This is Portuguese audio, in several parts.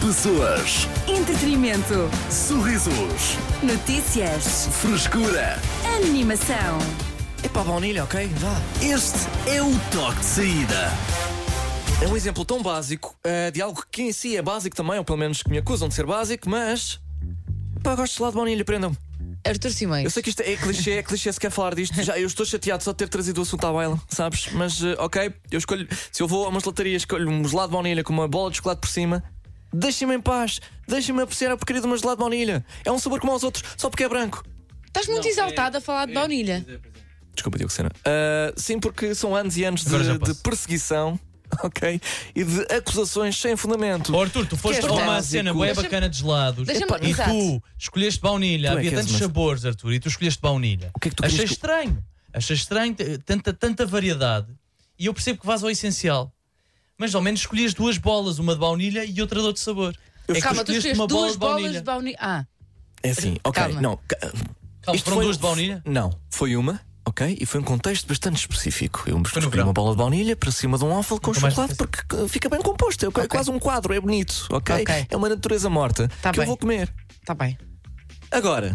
Pessoas, Entretenimento. sorrisos, Notícias. frescura. Animação. É para baunilha, ok? Vá. Este é o toque de saída. É um exemplo tão básico eh, de algo que em si é básico também, ou pelo menos que me acusam de ser básico, mas. Pá, gosto de lá de baunilha, prendam-me. Arthur Eu Simões. sei que isto é clichê, é clichê se quer falar disto. Já, eu estou chateado só de ter trazido o assunto à baila, sabes? Mas, eh, ok, eu escolho. Se eu vou a uma gelataria, escolho um gelado de baunilha com uma bola de chocolate por cima. Deixem-me em paz, deixem-me apreciar a porcaria de uma gelado de baunilha. É um sabor como aos outros, só porque é branco. Estás é- muito exaltado a falar de baunilha. Desculpa, Diogo Sena. Ah, sim, porque são anos e anos de, Agora já de posso. perseguição, ok? E de acusações sem fundamento. Ó, Arthur, tu foste Que é para uma básico. cena bem Deixa-me- bacana de gelados Deixa-me Epá, e exato. tu escolheste baunilha. Tu é Havia que és tantos uma- sabores, Arthur, e tu escolheste baunilha. O que é que tu Achei querias que- estranho. Achei estranho t- tanta, tanta variedade. E eu percebo que vais ao essencial. Mas ao menos escolhias duas bolas, uma de baunilha e outra de outro sabor. É que Calma, tu escolheste duas bolas de baunilha. Ah, É assim, ok. Calma. Não, ca- Calma, foram foi- duas de baunilha? Não, foi uma, ok? E foi um contexto bastante específico. Eu no escolhi verão. uma bola de baunilha para cima de um waffle com Nunca mais chocolate porque eh, fica bem composto. É quase um quadro, é bonito, ok? Ok. É uma natureza morta Tá que eu bem. vou comer. está bem. Agora,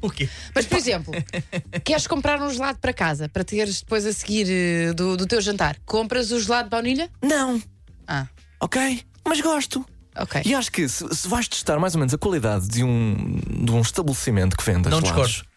O quê? Mas, por exemplo, queres comprar um gelado para casa, para teres depois a seguir eh, do, do teu jantar? Compras o gelado de baunilha? não, Ah, ok? Mas gosto. ok. E acho que se, se vais testar mais ou menos a qualidade de um, de um estabelecimento que vende Não gelados- discordo.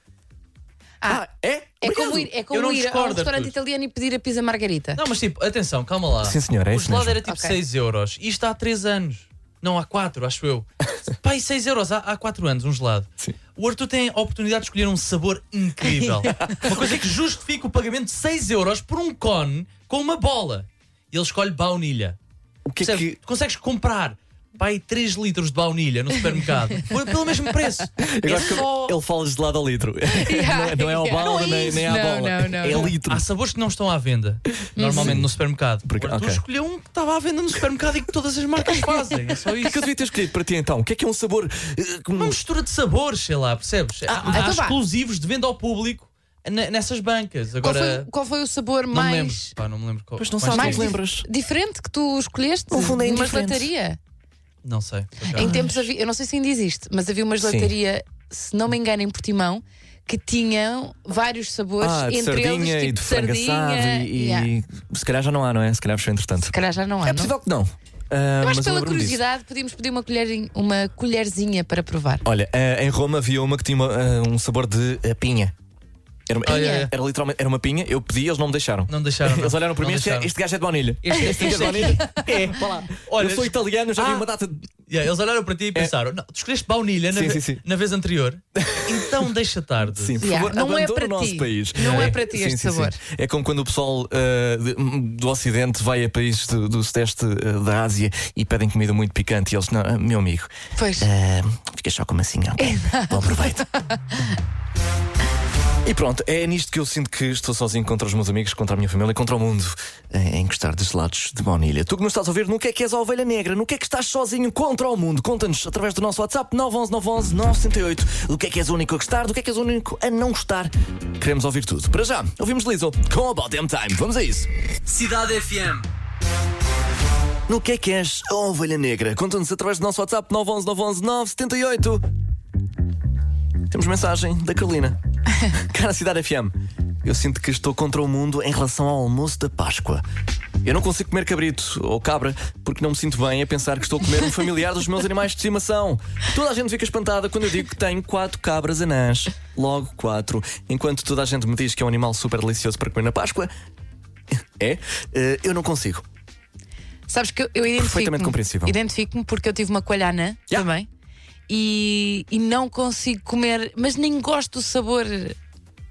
Ah, é? É como ir, é como Eu não ir a um discordo, restaurante Arthur. italiano e pedir a pizza margarita. Não, mas tipo, atenção, calma lá. Sim, senhor, é O isso gelado mesmo. era tipo Ok. 6 euros. Isto há 3 anos. Não, há 4, acho eu. Pai, 6 euros há, há 4 anos, um gelado. Sim. O Arthur tem a oportunidade de escolher um sabor incrível. uma coisa que justifica o pagamento de 6 euros por um cone com uma bola. Ele escolhe baunilha. O que é Percebe? que. Tu consegues comprar. Pai, 3 litros de baunilha no supermercado. Foi pelo mesmo preço. Eu É gosto que só- ele fala gelado a litro. Yeah, não, é, não é ao yeah. balde Não é nem, isso. nem à Não, bola. não, não, é não. litro. Há sabores que não estão à venda, normalmente no supermercado. Porque- o Arthur ok. escolheu um que estava à venda no supermercado e que todas as marcas fazem. É só O que é que isso. eu devia ter escolhido para ti então? O que é que é um sabor. eh, com- Uma mistura de sabores, sei lá, percebes? Ah, há então há vá. exclusivos de venda ao público ne- nessas bancas. Qual foi, Agora, qual foi o sabor não me lembro. mais Pá, não me lembro qual. Pois não quais sabes, são os não livros. lembras. diferente que tu escolheste? No fundo é Uma indiferente. gelataria? Não sei. por acaso. Em tempos havia, eu não sei se ainda existe, mas havia uma gelataria, se não me engano, em Portimão, que tinham vários sabores, Ah, de entre sardinha eles e tipo de frango assado sardinha. e. e- yeah. Se calhar já não há, não é? Se calhar fechou entretanto. Se calhar já não há. É não? possível que não. Ah, Eu acho mas que pela lembro-me disso. curiosidade podíamos pedir uma, colherinha- uma colherzinha para provar. Olha, eh, em Roma havia uma que tinha uma, eh, um sabor de eh, pinha. Era, uma- Olha, era- era literalmente era uma pinha, eu pedi, eles não me deixaram. Não deixaram. não. Eles olharam para Não mim este, deixaram. este gajo é de baunilha. Este- este- gajo é de baunilha. É, vá lá. Olha, eu sou italiano, já vi uma data de. Yeah, eles olharam para ti e pensaram: não, tu escolheste baunilha na, Sim, ve- sim, sim. na vez anterior, então deixa tarde. Sim, por Yeah, favor, não é abandona para o nosso ti. país. Não é para ti este sabor. É como quando o pessoal ah, de- do Ocidente vai a países do, do Sudeste ah, da Ásia e pedem comida muito picante e eles, não, ah, meu amigo, Pois. ah, fica só com massinha, ok? Bom proveito. E pronto, é nisto que eu sinto que estou sozinho contra os meus amigos, contra a minha família, contra o mundo, eh, em gostar de gelados de baunilha. Tu que nos estás a ouvir, no que é que és a ovelha negra? No que é que estás sozinho contra o mundo? Conta-nos através do nosso WhatsApp 911 911 968 do que é que és o único a gostar, do que é que és o único a não gostar. Queremos ouvir tudo. Para já, ouvimos Lizzo com About Damn Time. Vamos a isso. Cidade FM. No que é que és a ovelha negra? Conta-nos através do nosso WhatsApp 911 911 978. Temos mensagem da Carolina. Cara Cidade FM, eu sinto que estou contra o mundo em relação ao almoço da Páscoa. Eu não consigo comer cabrito ou cabra porque não me sinto bem a pensar que estou a comer um familiar dos meus animais de estimação. Toda a gente fica espantada quando eu digo que tenho quatro cabras anãs. Logo quatro. Enquanto toda a gente me diz que é um animal super delicioso para comer na Páscoa, é, eh, eu não consigo. Sabes que eu, eu identifico-me. Perfeitamente compreensível. Identifico-me porque eu tive uma coelha anã Yeah. também e, e não consigo comer, mas nem gosto do sabor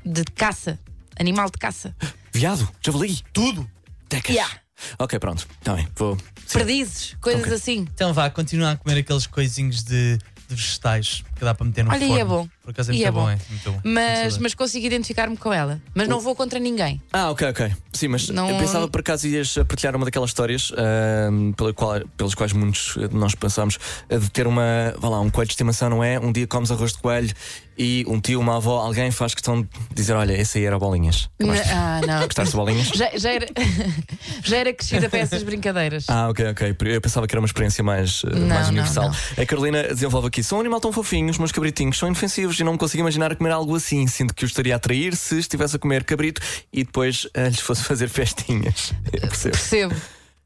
de caça, animal de caça. Viado, javali, tudo. Tecas. Yeah. Ok, pronto. Está bem, vou. Perdizes, coisas Ok. assim. Então vá, continua a comer aqueles coisinhos de, de vegetais. que dá para meter no Olha, e forno. é bom. Por acaso é E muito é bom, bom. é. Muito bom. Mas, Com mas consigo identificar-me com ela. Mas não vou contra ninguém. Ah, ok, ok. Sim, mas Não- eu pensava por acaso ias eh, partilhar uma daquelas histórias ahm, pela qual- pelas quais muitos de nós passamos eh, de ter uma, vá lá, um coelho de estimação, não é? Um dia comes arroz de coelho e um tio, uma avó, alguém faz questão de dizer: Olha, esse aí era bolinhas. é Gostaste, Ah, não. gostaste de bolinhas? Já, já era, já era crescida para essas brincadeiras. Ah, ok, ok. Eu pensava que era uma experiência mais, eh, Não, mais não, universal. A Carolina desenvolve aqui: sou um animal tão fofinho, os meus cabritinhos são inofensivos e não me consigo imaginar a comer algo assim. Sinto que os estaria a atrair se estivesse a comer cabrito e depois eh, lhes fosse fazer festinhas. Eu percebo. Percebo.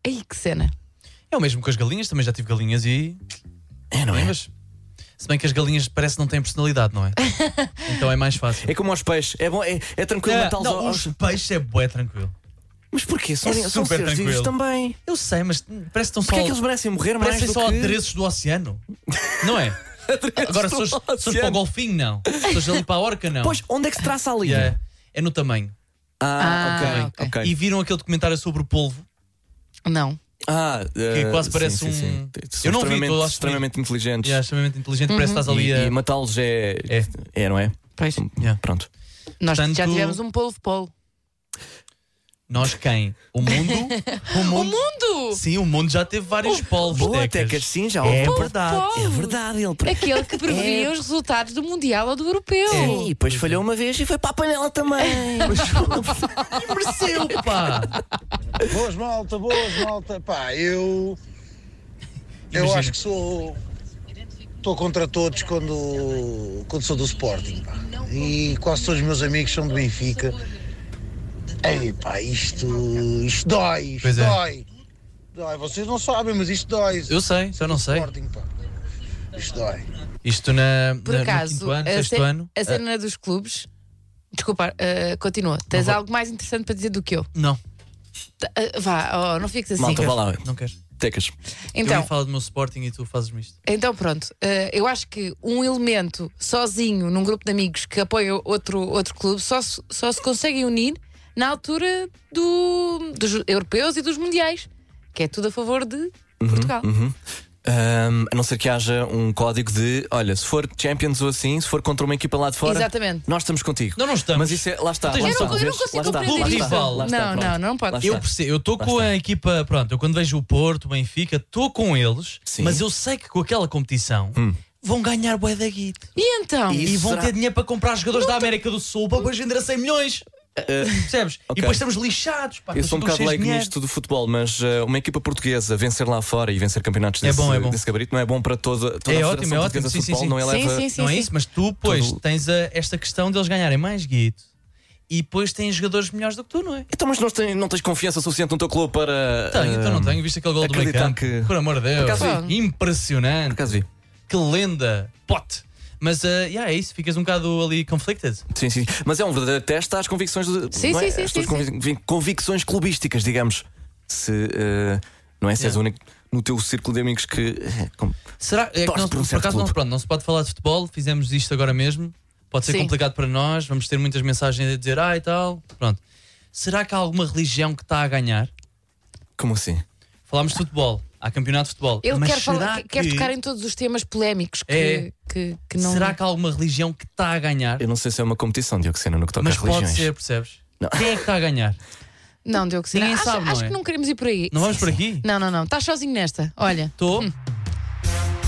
Ai, que cena. É o mesmo com as galinhas, também já tive galinhas e. É, não é? Mas, se bem que as galinhas parece que não têm personalidade, não é? então é mais fácil. É como aos peixes, é, bom, é, é tranquilo É, matá-los não, aos. os peixes é bué tranquilo. Mas porquê? São, é são super seres vivos tranquilo. também. Eu sei, mas parece que estão só. Porquê é que eles merecem morrer mais Parecem do só que... adereços do oceano. Não é? Agora, se do fores se fores para o oceano. golfinho, não. Se fores ali para a orca, não. Pois, onde é que se traça a linha? Yeah. É no tamanho. Ah, Ah, ok, ok. E viram aquele documentário sobre o polvo? Não. Ah, Que eh, quase parece sim, sim, um- sim. São Eu não vi, extremamente, estou a assumir. extremamente inteligentes. É extremamente inteligente, parece Uhum. que estás ali E, a. e matá-los é... É. é, não é? Pois. Yeah. Pronto. Nós já Portanto- tivemos um polvo-polo. Nós quem? O mundo? O mundo? O mundo! Sim, o mundo já teve vários polvos. Oh, Boa, Tecas. Tecas, sim, já É houve. verdade. Polo. É verdade, ele. Aquele que previa É. os resultados do Mundial ou do Europeu. É. Sim, É, e depois falhou uma vez e foi para a panela também. Mereceu, pá! Boas malta, boas malta. Pá, eu. Eu Imagina. acho que sou. Estou contra todos quando, quando sou do Sporting. Pá. E quase todos os meus amigos são do Benfica. Ei, pá, isto, isto dói, isto Pois é. dói. Dói, vocês não sabem, mas isto dói. Eu sei, só não sei. Sporting, pá. Isto dói. Isto na, Por na- no acaso, quinto ano, a, sexto ce- ano. ah. a cena dos clubes. Desculpa, eh, continua. Tens vou- algo mais interessante para dizer do que eu? ah, Não, T- eh, vá, oh, não fiques assim. Malta, vá lá. não quero. Tecas. eu Então, ia falar do meu Sporting e tu fazes-me Tá. isto. Então pronto, eh, eu acho que um elemento sozinho num grupo de amigos que apoia outro, outro clube só se, só se consegue unir na altura do- dos europeus e dos mundiais, que é tudo a favor de Uhum, Portugal. Ahm, a não ser que haja um código de olha, se for Champions ou assim, se for contra uma equipa lá de fora, Exatamente. nós estamos contigo. Não, não estamos. Mas isso é, lá está. Tu tens lá Eu está, não- eu não vês? consigo Lá está, compreender lá isto. está, lá está, Não, pronto. não, não pode. Lá Eu está. percebo, eu estou Lá com está. a equipa, pronto, eu quando vejo o Porto, o Benfica, estou com eles, Sim. Hum. mas eu sei que com aquela competição vão ganhar bué da guita. E então? E- E Isso vão será- ter dinheiro para comprar jogadores da América do Sul para depois vender a 100 milhões. Percebes? Eh, ok. E depois estamos lixados. Pá, Eu sou um depois bocado estamos leigo cheios de dinheiro. nisto do futebol, mas eh, uma equipa portuguesa vencer lá fora e vencer campeonatos É desse, bom, é bom. desse gabarito não é bom para toda, toda É a ótimo, Federação é ótimo, Portuguesa sim, de sim, Futebol, sim. não eleva. Sim, sim, Não é isso, mas tu, pois, Todo- tens a- esta questão deles ganharem mais guito e depois tens jogadores melhores do que tu, não é? Então, mas não tens, não tens confiança suficiente no teu clube para. Tenho, então não eh, tenho. Viste aquele gol do meio acreditar campo? que- Por amor de Deus. acaso vi. Por Impressionante. acaso vi. Que lenda. Pote. Mas, eh, yeah, é isso. Ficas um bocado ali conflicted. Sim, sim. Mas é um verdadeiro teste às convicções. De, Sim, não é? sim, sim, Às tuas sim, convic- convicções clubísticas, digamos. Se. eh, não é? Se és Yeah. o único no teu círculo de amigos que. eh, com- Será é que Torce não, por um por, certo acaso não, clube. pronto, não se pode falar de futebol, fizemos isto agora mesmo. Pode ser Sim. complicado para nós, vamos ter muitas mensagens a dizer ah e tal. Pronto. Será que há alguma religião que está a ganhar? Como assim? Falámos de futebol, há campeonato de futebol. Ele mas quer, será falar, quer que- tocar em todos os temas polémicos que, É. que, que não. Será que há alguma religião que está a ganhar? Eu não sei se é uma competição, Diogo Sena, no que toca Mas a pode religiões. ser, percebes? Quem é que está a ganhar? Não, Diogo, será? Ninguém acho, sabe, não acho é? que não queremos ir por aí. Não vamos por aqui? Não, Hum. não, não. Estás sozinho nesta. Olha, Estou.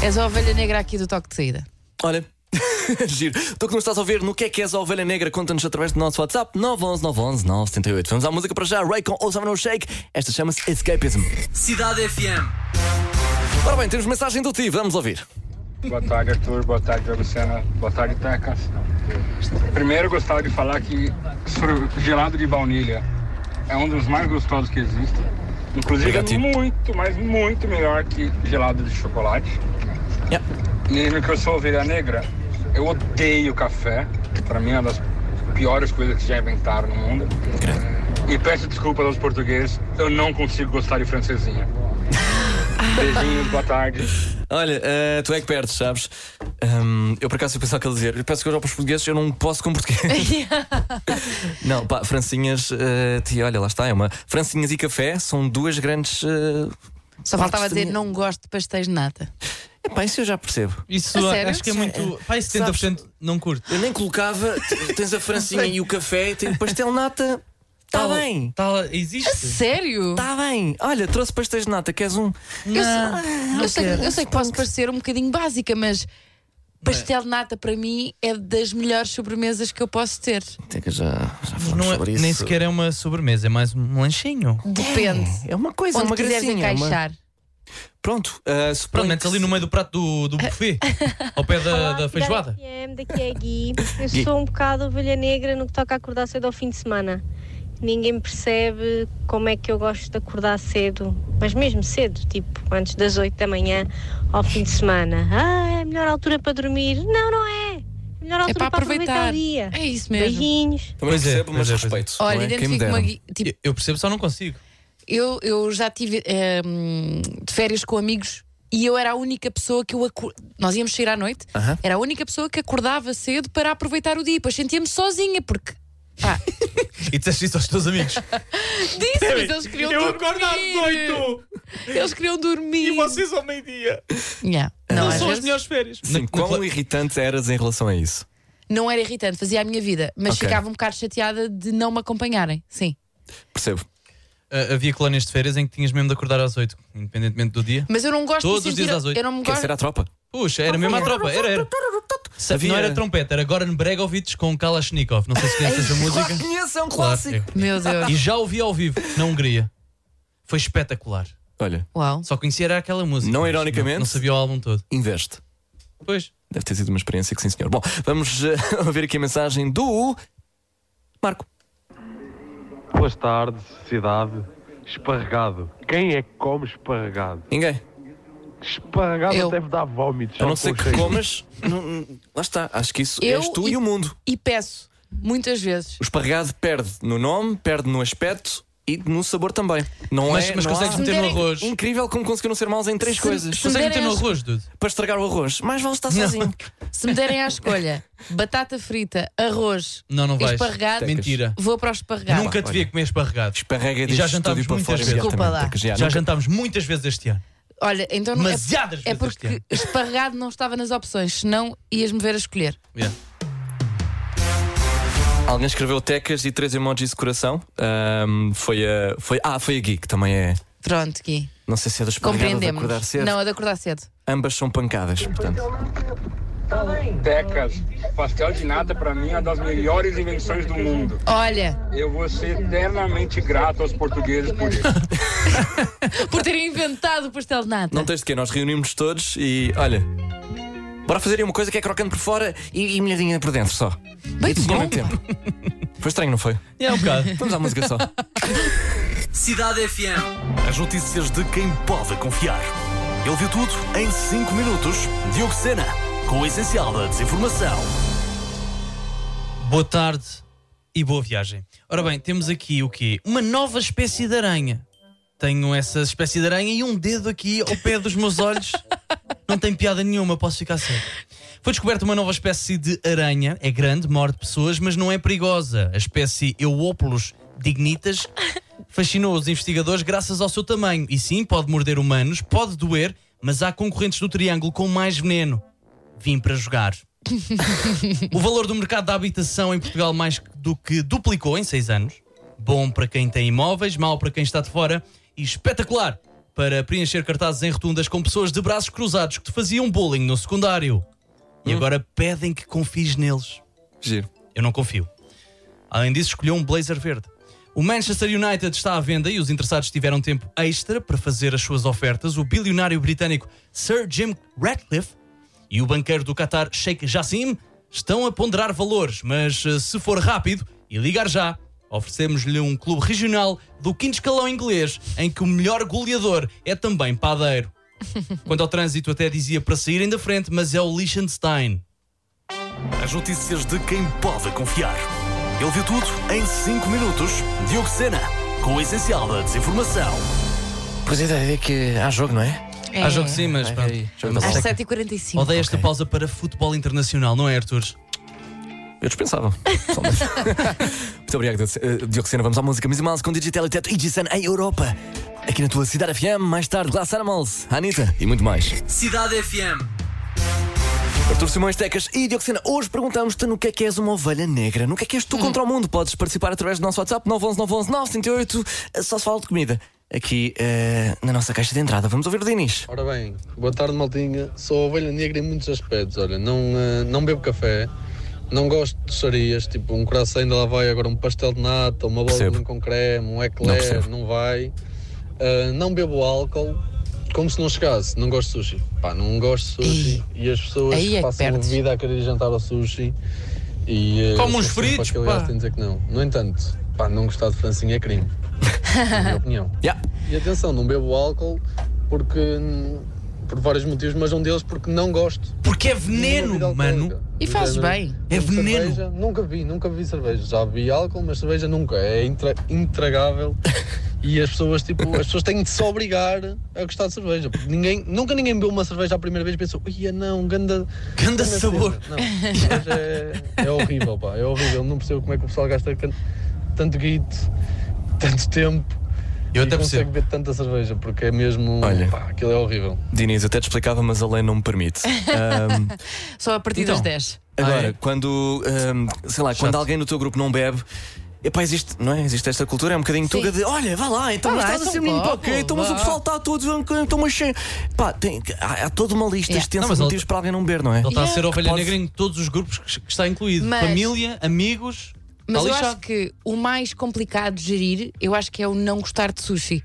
és a ovelha negra aqui do toque de saída. Olha. Giro. Tu que não estás a ouvir no que é que és a ovelha negra, conta-nos através do nosso WhatsApp 911 911 978. Vamos à música para já. Ray com Osama No Shake. Esta chama-se Escapism. Cidade FM. Ora bem, temos mensagem do Ti. Vamos ouvir. Boa tarde, Arthur. Boa tarde, Luciana. Boa tarde, Tecas. Primeiro, eu gostaria de falar que soro- gelado de baunilha é um dos mais gostosos que existem. Inclusive, Obrigado, é Tim. muito, mas muito melhor que gelado de chocolate. Yeah. E no que eu sou ovelha negra, eu odeio café. Para mim, é uma das piores coisas que já inventaram no mundo. E peço desculpas aos portugueses, eu não consigo gostar de francesinha. Beijinhos, boa tarde. Olha, eh, tu é que perdes, sabes? Ahm, eu por acaso eu pensava que ele dizer, eu peço que eu para os portugueses, eu não posso com português. não, pá, francinhas, eh, ti, olha, lá está, é uma. Francinhas e café são duas grandes. eh, Partes Só faltava da dizer minha- não gosto de pastéis de nata. Epá, isso eu já percebo. Isso A sério? acho que é muito. Pai, 70% não curto. Eu nem colocava, t- tens a francinha e o café, e tem pastel de nata. Está Tal- Tá bem, Tal, Tá- existe? Tá Sério? está bem. Olha, trouxe pastéis de nata, queres um? Eu, Ah, sei, eu, sei, eu sei que posso parecer um bocadinho básica, mas pastel de nata para mim é das melhores sobremesas que eu posso ter. Até que já, já falamos Não é- sobre isso. nem sequer é uma sobremesa, é mais um lanchinho. Depende. É uma coisa, Onde uma quiseres gracinha. é uma- encaixar. Pronto, uh, suponho Pronto, metes que ali se- no meio do prato do, do buffet, ao pé da, Olá, da feijoada. FM, daqui é Gui. Eu Gui. sou um bocado ovelha negra no que toca a acordar cedo ao fim de semana. Ninguém percebe como é que eu gosto de acordar cedo, mas mesmo cedo, tipo antes das 8 da manhã ao fim de semana. Ah, é a melhor altura para dormir. Não, não é. É a melhor É altura para aproveitar. o dia. É isso mesmo. Beijinhos. Também Pois é, percebo, mas pois é, pois é. respeito. não Olha, é? Quem me identifico dera. uma gui- tipo, Eu- Eu percebo, só não consigo. eu, eu já tive ehm, de férias com amigos e eu era a única pessoa que eu acu- nós íamos sair à noite, Aham. era a única pessoa que acordava cedo para aproveitar o dia, pois sentia-me sozinha porque pá, E disseste isso aos teus amigos. disse, mas eles queriam dormir. Eles queriam dormir. ao meio-dia. Yeah. Não, às vezes férias. Sim, quão irritante eras em relação a isso? não era irritante, fazia a minha vida, mas Ok. ficava um bocado chateada de não me acompanharem. Sim. Percebo. Ah, havia colónias de férias em que tinhas mesmo de acordar às 8, independentemente do dia. Mas eu não gosto Todos de os sentir. dias às oito. é eu não me Quer gosto. ser a tropa? Puxa, era mesmo a tropa, era, era. Se- Havia- Não era trompete, era Goran Bregovic com Kalashnikov. Não sei se conheces essa música. Claro que conheço, é um Claro, clássico. é. Meu Deus. E já ouvi ao vivo, na Hungria. Foi espetacular. Olha, Uau. Só conhecia era aquela música. Não mas ironicamente. Não, não sabia o álbum todo. investe. Pois. Deve ter sido uma experiência que sim, senhor. Bom, vamos eh, ouvir aqui a mensagem do Marco. Boas tardes, cidade. Esparregado. Quem é que come esparregado? Ninguém. Esparregado Eu. deve dar vómitos. A não só com ser o que cheiro. comas. não- não- lá está. Acho que isso Eu és tu e... e- o mundo. E peço, muitas vezes. O esparregado perde no nome, perde no aspecto e no sabor também. Não Mas, é. mas não há- consegues meter no derem- arroz. Incrível como conseguiram ser maus em três coisas. se- Consegues meter no derem- arroz, dude. Para estragar o arroz. Mais vale estar sozinho. Se me derem à escolha batata frita, arroz, Não, não vais. esparregado, Mentira. vou para o esparregado. Nunca te olha. devia comer esparregado. Esparrega E já deste jantámos estúdio para muitas fora vezes. Desculpa lá. imediatamente. Já, nunca- jantámos muitas vezes este ano. Olha, então não é, Demasiadas é vezes este porque ano. esparregado não estava nas opções, senão ias-me ver a escolher. Yeah. Alguém escreveu tecas e três emojis de coração. Ahm, foi a. Foi, ah, foi a Gui, que também é. Pronto, Gui. Não sei se é dos esparregado ou de Compreendemos. acordar cedo. Não, é de acordar cedo. Ambas são pancadas, portanto. Tecas, pastel de nata pra mim é uma das melhores invenções do mundo. Olha, Eu vou ser eternamente grato aos portugueses por isso. por terem inventado o pastel de nata. Não tens de quê? Nós reunimos todos e. Olha. Bora fazer aí uma coisa que é crocante por fora e, e molhadinha por dentro só. Bem E tudo ao bom. mesmo tempo. Foi estranho, não foi? É um bocado. Vamos à música só. Cidade FM. As notícias de quem pode confiar. Ele viu tudo em 5 minutos. Diogo Sena, com o essencial da desinformação. Boa tarde e boa viagem. Ora bem, temos aqui o quê? Uma nova espécie de aranha. Tenho essa espécie de aranha e um dedo aqui ao pé dos meus olhos. Não tem piada nenhuma, posso ficar sério. Foi descoberta uma nova espécie de aranha. É grande, morde pessoas, mas não é perigosa. A espécie Euopolus dignitas fascinou os investigadores graças ao seu tamanho. E sim, pode morder humanos, pode doer, mas há concorrentes do triângulo com mais veneno. Vim para jogar. O valor do mercado da habitação em Portugal mais do que duplicou em seis anos. Bom para quem tem imóveis, mau para quem está de fora e espetacular para preencher cartazes em rotundas com pessoas de braços cruzados que te faziam bullying no secundário. E agora pedem que confies neles. Giro. Eu não confio. Além disso, escolheu um blazer verde. O Manchester United está à venda e os interessados tiveram tempo extra para fazer as suas ofertas. O bilionário britânico Sir Jim Ratcliffe e o banqueiro do Qatar Sheikh Jassim estão a ponderar valores, mas eh, se for rápido e ligar já, oferecemos-lhe um clube regional do quinto escalão inglês, em que o melhor goleador é também padeiro. Quanto ao trânsito, até dizia para saírem da frente, mas é o Liechtenstein. As notícias de quem pode confiar. Ele viu tudo em 5 minutos. Diogo Sena, com o essencial da desinformação. Pois é, a ideia é que há jogo, não é? É. Acho que sim, mas Ai, pronto. ai, jogo da Às bola. 7h45. Odeio esta pausa para futebol internacional, não é, Artur? Eu dispensava. pessoalmente. Muito obrigado, eh, Diogo Sena. Vamos à música. Miss Mouse com Digital e Teto e Jason em Europa. Aqui na tua Cidade FM, mais tarde, Glass Animals, Anitta e muito mais. Cidade FM. Artur Simões Tecas e Dioxina, hoje perguntamos-te no que é que és uma ovelha negra, no que é que és tu contra o mundo. Podes participar através do nosso WhatsApp 911 911 978, Eh, só se fala de comida. Aqui eh, na nossa caixa de entrada. Vamos ouvir o Dinis. Ora Tá bem, boa tarde, Maltinha. Sou ovelha negra em muitos aspectos. Olha, não, eh, não bebo café, não gosto de doçarias, tipo um coração ainda lá vai, agora um pastel de nata, uma bola de Percebo. vinho com creme, um Não eclair, percebo. não, vai. Eh, não bebo álcool, como se não chegasse. Não gosto de sushi. Pá, não gosto de sushi. E, as pessoas Aí é que passam a perdes. vida a querer jantar ao sushi. E, eh, Como uns sou sempre fritos, aquele pá. gajo que tem de dizer que não. No entanto, pá, não gostar de francinha é crime. Na minha opinião. Yeah. E atenção, não bebo álcool porque hum, por vários motivos, mas um deles porque não gosto. Porque é de nenhuma veneno, bebida alcoólica. mano. E Do fazes género, bem. É veneno. Cerveja, nunca vi, nunca vi cerveja. Já vi álcool, mas cerveja nunca. É intra, intragável. E as pessoas, tipo, as pessoas têm de se obrigar a gostar de cerveja. Porque Ninguém, nunca ninguém bebeu uma cerveja à primeira vez e pensou, ia não, ganda. Ganda cena." sabor. Não, cerveja é, é horrível, pá, é horrível. Não percebo como é que o pessoal gasta can- tanto guito, tanto tempo Eu e até consegue percebo. beber tanta cerveja, porque é mesmo. Olha. Pá, aquilo é horrível. Dinis, eu até te explicava, mas a lei não me permite. Ahm, Só a partir Então. das 10. Agora, Ah, é? quando, hum, sei lá, quando alguém no teu grupo não bebe. Epá, existe, não é? Existe esta cultura, é um bocadinho tuga de olha, vá lá, então Vá mas lá, estás a então ser menino para vá, o quê? Então, vá. mas o pessoal está todo, então, mas cheio. Pá, tem, há, há toda uma lista Yeah. extensa Não, mas de ele- motivos para alguém não beber, não é? Ele está a Yeah. ser ovelha pode- negra em todos os grupos que que está incluído. Mas- Família, amigos. Mas está eu lixado. acho que o mais complicado de gerir, eu acho que é o não gostar de sushi.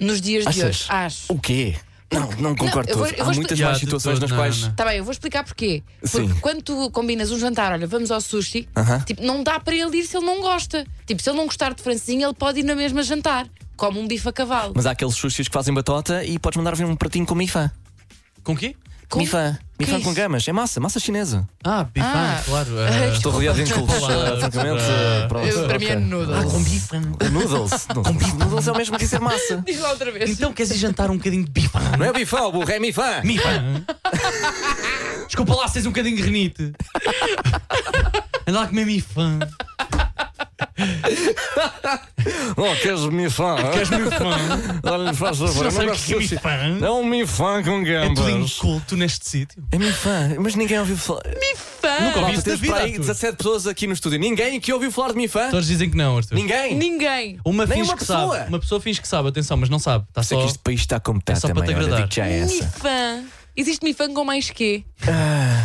Nos dias de hoje, Achas? acho. O quê? Não, não concordo eu vou- todo. eu Há vou muitas expli- mais Yeah, situações de nas todo, quais. não, Tá bem, eu vou explicar porquê. Porque Sim. quando tu combinas um jantar, olha, vamos ao sushi, Aham. tipo, não dá para ele ir se ele não gosta. Tipo, se ele não gostar de francesinha, ele pode ir na mesma jantar, como um bife a cavalo. Mas há aqueles sushis que fazem batota e podes mandar vir um pratinho com mifã. Com quê? Com- Mifã. Que Mifã isso? com gamas. É massa, massa chinesa. Ah, bifan, Ah. claro. Ai, ah, Estou rodeado de incultos, Olá. eh, francamente. eh, pronto, Eu, para mim é ok. noodles. Ah, com bifan. Noodles. Noodles. Noodles é o mesmo que dizer massa. Diz lá outra vez. Então queres ir jantar um bocadinho de bifan? Não é bifão, burro, é mifã. Mifa! Desculpa lá se tens um bocadinho de renite. Anda lá comer mifã. Oh, queres mifã? Queres mifã? Olha, faz Tu favor. não eu não gosto sabes o que é de sushi. mifã? É um mifã com É tudo gambas. inculto neste sítio. É mifã, mas ninguém ouviu falar. Fã. Nunca ouvi Malta, isso da temos vida. para aí Arthur. 17 pessoas aqui no estúdio. Ninguém que ouviu falar de mifã? Todos dizem que não, Arthur. Ninguém? Ninguém. Uma Nem finge uma que pessoa. sabe. Uma pessoa finge que sabe, atenção, mas não sabe. Está Sei que só. este país está como está É só para também. te olha, agradar. digo já é essa. Mifã. Existe mifã com mais quê?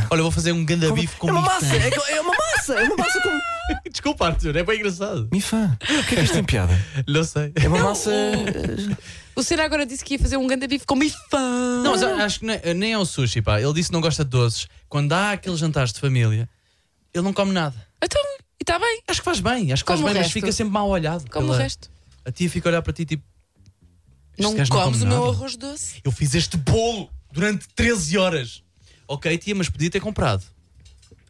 Olha, eu vou fazer um ganda bife com É uma massa, mifã. é co- é uma massa, é uma massa com. Desculpa, Arthur, é bem engraçado. Mifã. O que é que isto tem piada? Não sei. É uma massa. O Senhor agora disse que ia fazer um ganda bife com mifã. Não, mas a- acho que nem, nem é o sushi, pá. Ele disse que não gosta de doces. Quando há aqueles jantares de família, ele não come nada. Então, e está bem. Acho que faz bem, acho que Como faz o bem, mas resto. fica sempre mal olhado. Como pela- o resto. A tia fica a olhar para ti tipo. é- "Este Não gajo comes come o meu nada. arroz doce. Eu fiz este bolo durante 13 horas. Ok, tia, mas podia ter comprado.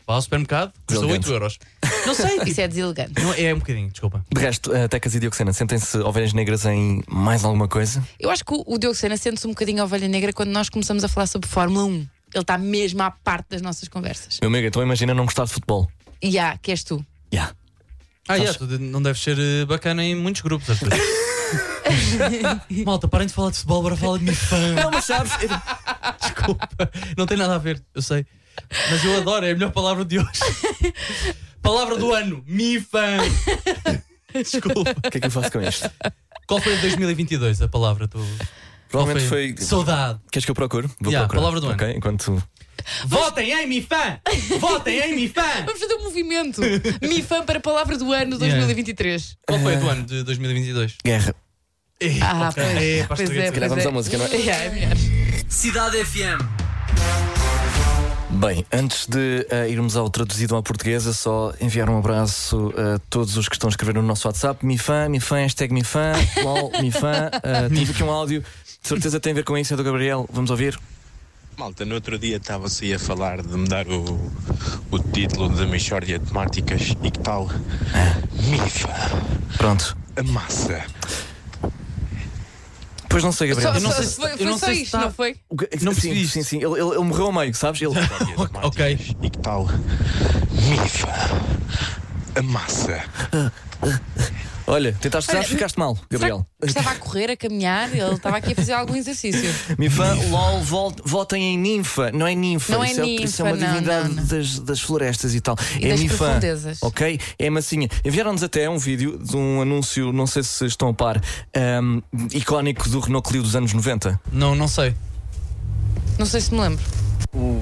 Vá ao supermercado, custa Deselegante. 8 euros. Não sei. Isso é deselegante. Não, é um bocadinho, desculpa. De resto, eh, Tecas e Dioxena, sentem-se ovelhas negras em mais alguma coisa? Eu acho que o, o Diogo Sena sente-se um bocadinho a ovelha negra quando nós começamos a falar sobre Fórmula 1. Ele está mesmo à parte das nossas conversas. Meu amigo, então imagina não gostar de futebol. E há, que és tu. Yeah. Ah, yeah, tu de- não deve ser eh, bacana em muitos grupos. Arthur. Malta, parem de falar de futebol, para falar de minha fã. Não, mas sabes, eu- Desculpa, não tem nada a ver, eu sei. Mas eu adoro, é a melhor palavra de hoje. palavra do ano, Mifan. Desculpa. o que é que eu faço com isto? Qual foi a de 2022 a palavra? Tu... Qual Provavelmente foi. Saudade. Queres que eu procure? Vou Yeah, procurar. palavra do ano. Ok, enquanto. Votem em Mifan! Votem em Mifan! Vamos fazer um movimento. Mifã para a palavra do ano Yeah. 2023. Qual foi a do ano de 2022? Guerra. Ah, pois. É, para Pois é, é, calhar pois vamos é. à música, não é? Yeah, é melhor. Cidade FM. Bem, antes de eh, irmos ao traduzido à portuguesa, só enviar um abraço a todos os que estão a escrever no nosso WhatsApp. Mifã, Mifã, hashtag Mifã, lol, Mifã. Eh, Temos aqui um áudio, de certeza tem a ver com isso, é do Gabriel. Vamos ouvir? Malta, no outro dia estava-se a falar de mudar o, o título da Michórdia de Temáticas e que tal? Mifa, Pronto. a massa. Pois não sei, Gabriel. Só- Eu não só- sei se- foi eu foi não só sei se isto, tá- não foi? O que- não sim, percebi sim, isto. sim, ele, ele- ele morreu ao meio, sabes? Ele... Ok. E que tal? Mifa, a massa. Olha, tentaste usar, Olha, ficaste mal, Gabriel. Estava a correr, a caminhar, ele estava aqui a fazer algum exercício. Mifã, LOL, vol- votem em ninfa. Não é ninfa, Não é isso, é, isso é uma ninfa, não, divindade não, não. Das, das florestas e tal. E é das ninfa. profundezas. Ok? É massinha. Enviaram-nos até um vídeo de um anúncio, não sei se estão a par, ahm, icónico do Renault Clio dos anos 90. Não, não sei. Não sei se me lembro. O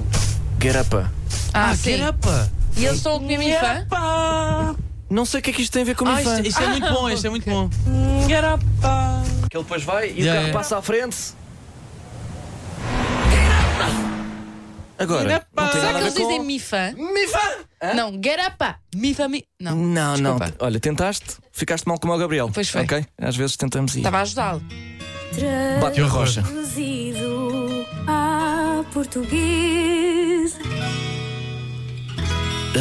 Garapa. Ah, Ah, sim. garapa! E eles estão a comer mifã? Não sei o que é que isto tem a ver com Ah, Mifã. isto, isto é muito bom, isto é muito bom. Que ele depois vai e Yeah, o carro yeah. passa à frente. Agora, não tem nada Será que a ver eles dizem com... mifã? Mifã! Não, garapa! Mifã, mi... Não, Não, não. Desculpa. Olha, tentaste, ficaste mal como o Gabriel. Pois foi. Tá Ok? Às vezes tentamos ir. estava a ajudá-lo. Bate a rocha. Traduzido a português.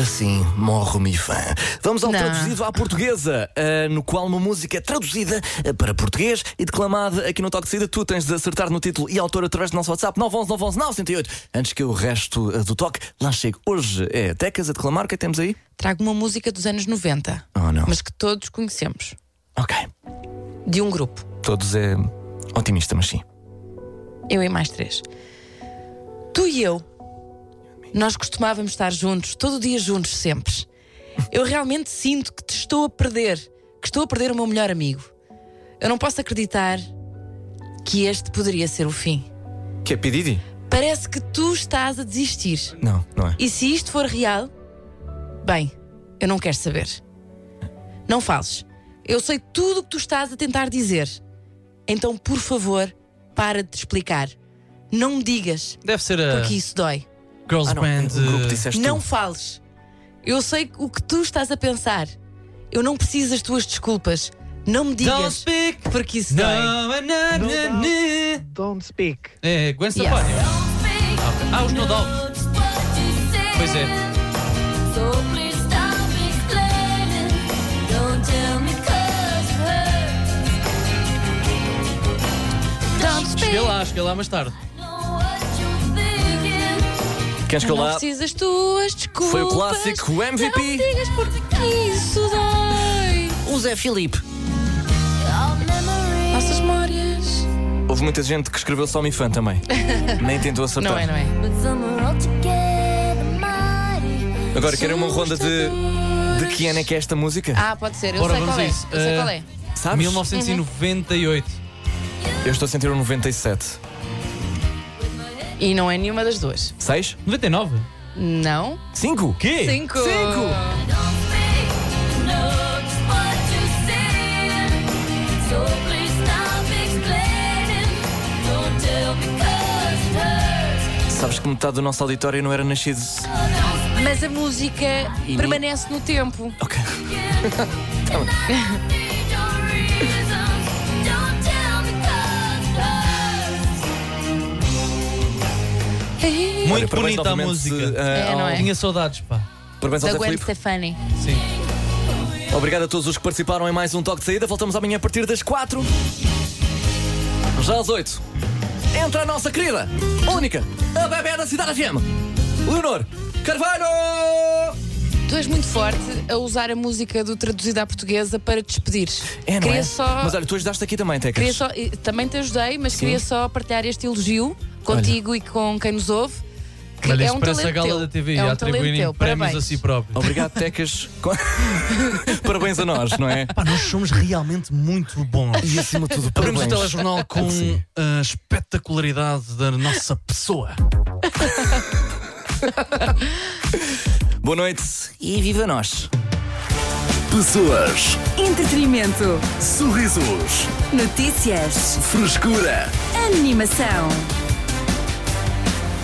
Assim morre o Mifã. Vamos ao Não. traduzido à portuguesa, ah, no qual uma música é traduzida ah, para português e declamada aqui no Toque de Saída. Tu tens de acertar no título e autor através do nosso WhatsApp 911 911 908 antes que o resto ah, do toque lá chegue. Hoje é Tecas a declamar. O que é que temos aí? Trago uma música dos anos 90, Oh, não. mas que todos conhecemos, Ok. de um grupo. Todos é otimista, mas sim. Eu e mais três. Tu e eu. Nós costumávamos estar juntos, todo dia juntos, sempre. Eu realmente sinto que te estou a perder, que estou a perder o meu melhor amigo. Eu não posso acreditar que este poderia ser o fim. Que é pedidi? Parece que tu estás a desistir. Não, não é. E se isto for real, bem, eu não quero saber. Não fales. Eu sei tudo o que tu estás a tentar dizer. Então, por favor, para de te explicar. Não me digas, Deve ser a porque isso dói. Girls Ah, não. Band. O grupo eh, disseste Não tu. fales. Eu sei o que tu estás a pensar. Eu não preciso das tuas desculpas. Não me Don't digas, speak! porque isso dói. Não, não, não, não. Don't speak. É, Gwen Yeah. Stefani. Ah, ah, os No Doubt. Pois é. Cheguei lá, cheguei lá mais tarde. Queres que eu Não lá? precisas das tuas desculpas. Foi o clássico o Não me MVP. digas porque isso dói. O Zé Filipe. Nossas memórias. Houve muita gente que escreveu só Mifã também. Nem tentou acertar. Não é, não é? Agora quero uma ronda de. De que ano é que é esta música? Ah, pode ser. Eu Ora, sei vamos qual é. a isso. Eu sei Eh, qual é. Sabes? 1998. Eu estou a sentir um 97. E não é nenhuma das duas. 6? 99? Não. 5? Quê? Cinco. Cinco. Sabes que metade do nosso auditório não era nascido. Mas a música E permanece no tempo. Ok. Muito Olha, parabéns bonita a novamente, música. eh, É, não é? Tinha saudades, pá. Parabéns ao Da Zé Gwen Filipe. Stefani. Sim. Obrigado a todos os que participaram em mais um toque de saída. Voltamos amanhã a partir das 4. Já às 8. Entra a nossa querida, única, a bebé da Cidade FM, Leonor Carvalho! Tu és muito forte a usar a música do traduzida à portuguesa para te despedir. É, não queria é? só. Mas olha, tu ajudaste aqui também, Tecas. Queria só, e também te ajudei, mas Sim. queria só partilhar este elogio contigo e com quem nos ouve. Que Olha, é isso um parece talento a gala teu. da TV é um a talento atribuírem teu. prémios assim Parabéns. a si próprios. Obrigado, Tecas. Com- Parabéns a nós, não é? Pá, nós somos realmente muito bons. E acima de tudo, Abrimos o parabéns. telejornal com a espetacularidade da nossa pessoa. Boa noite e viva nós! Pessoas, Entretenimento. sorrisos, Notícias. frescura. Animação.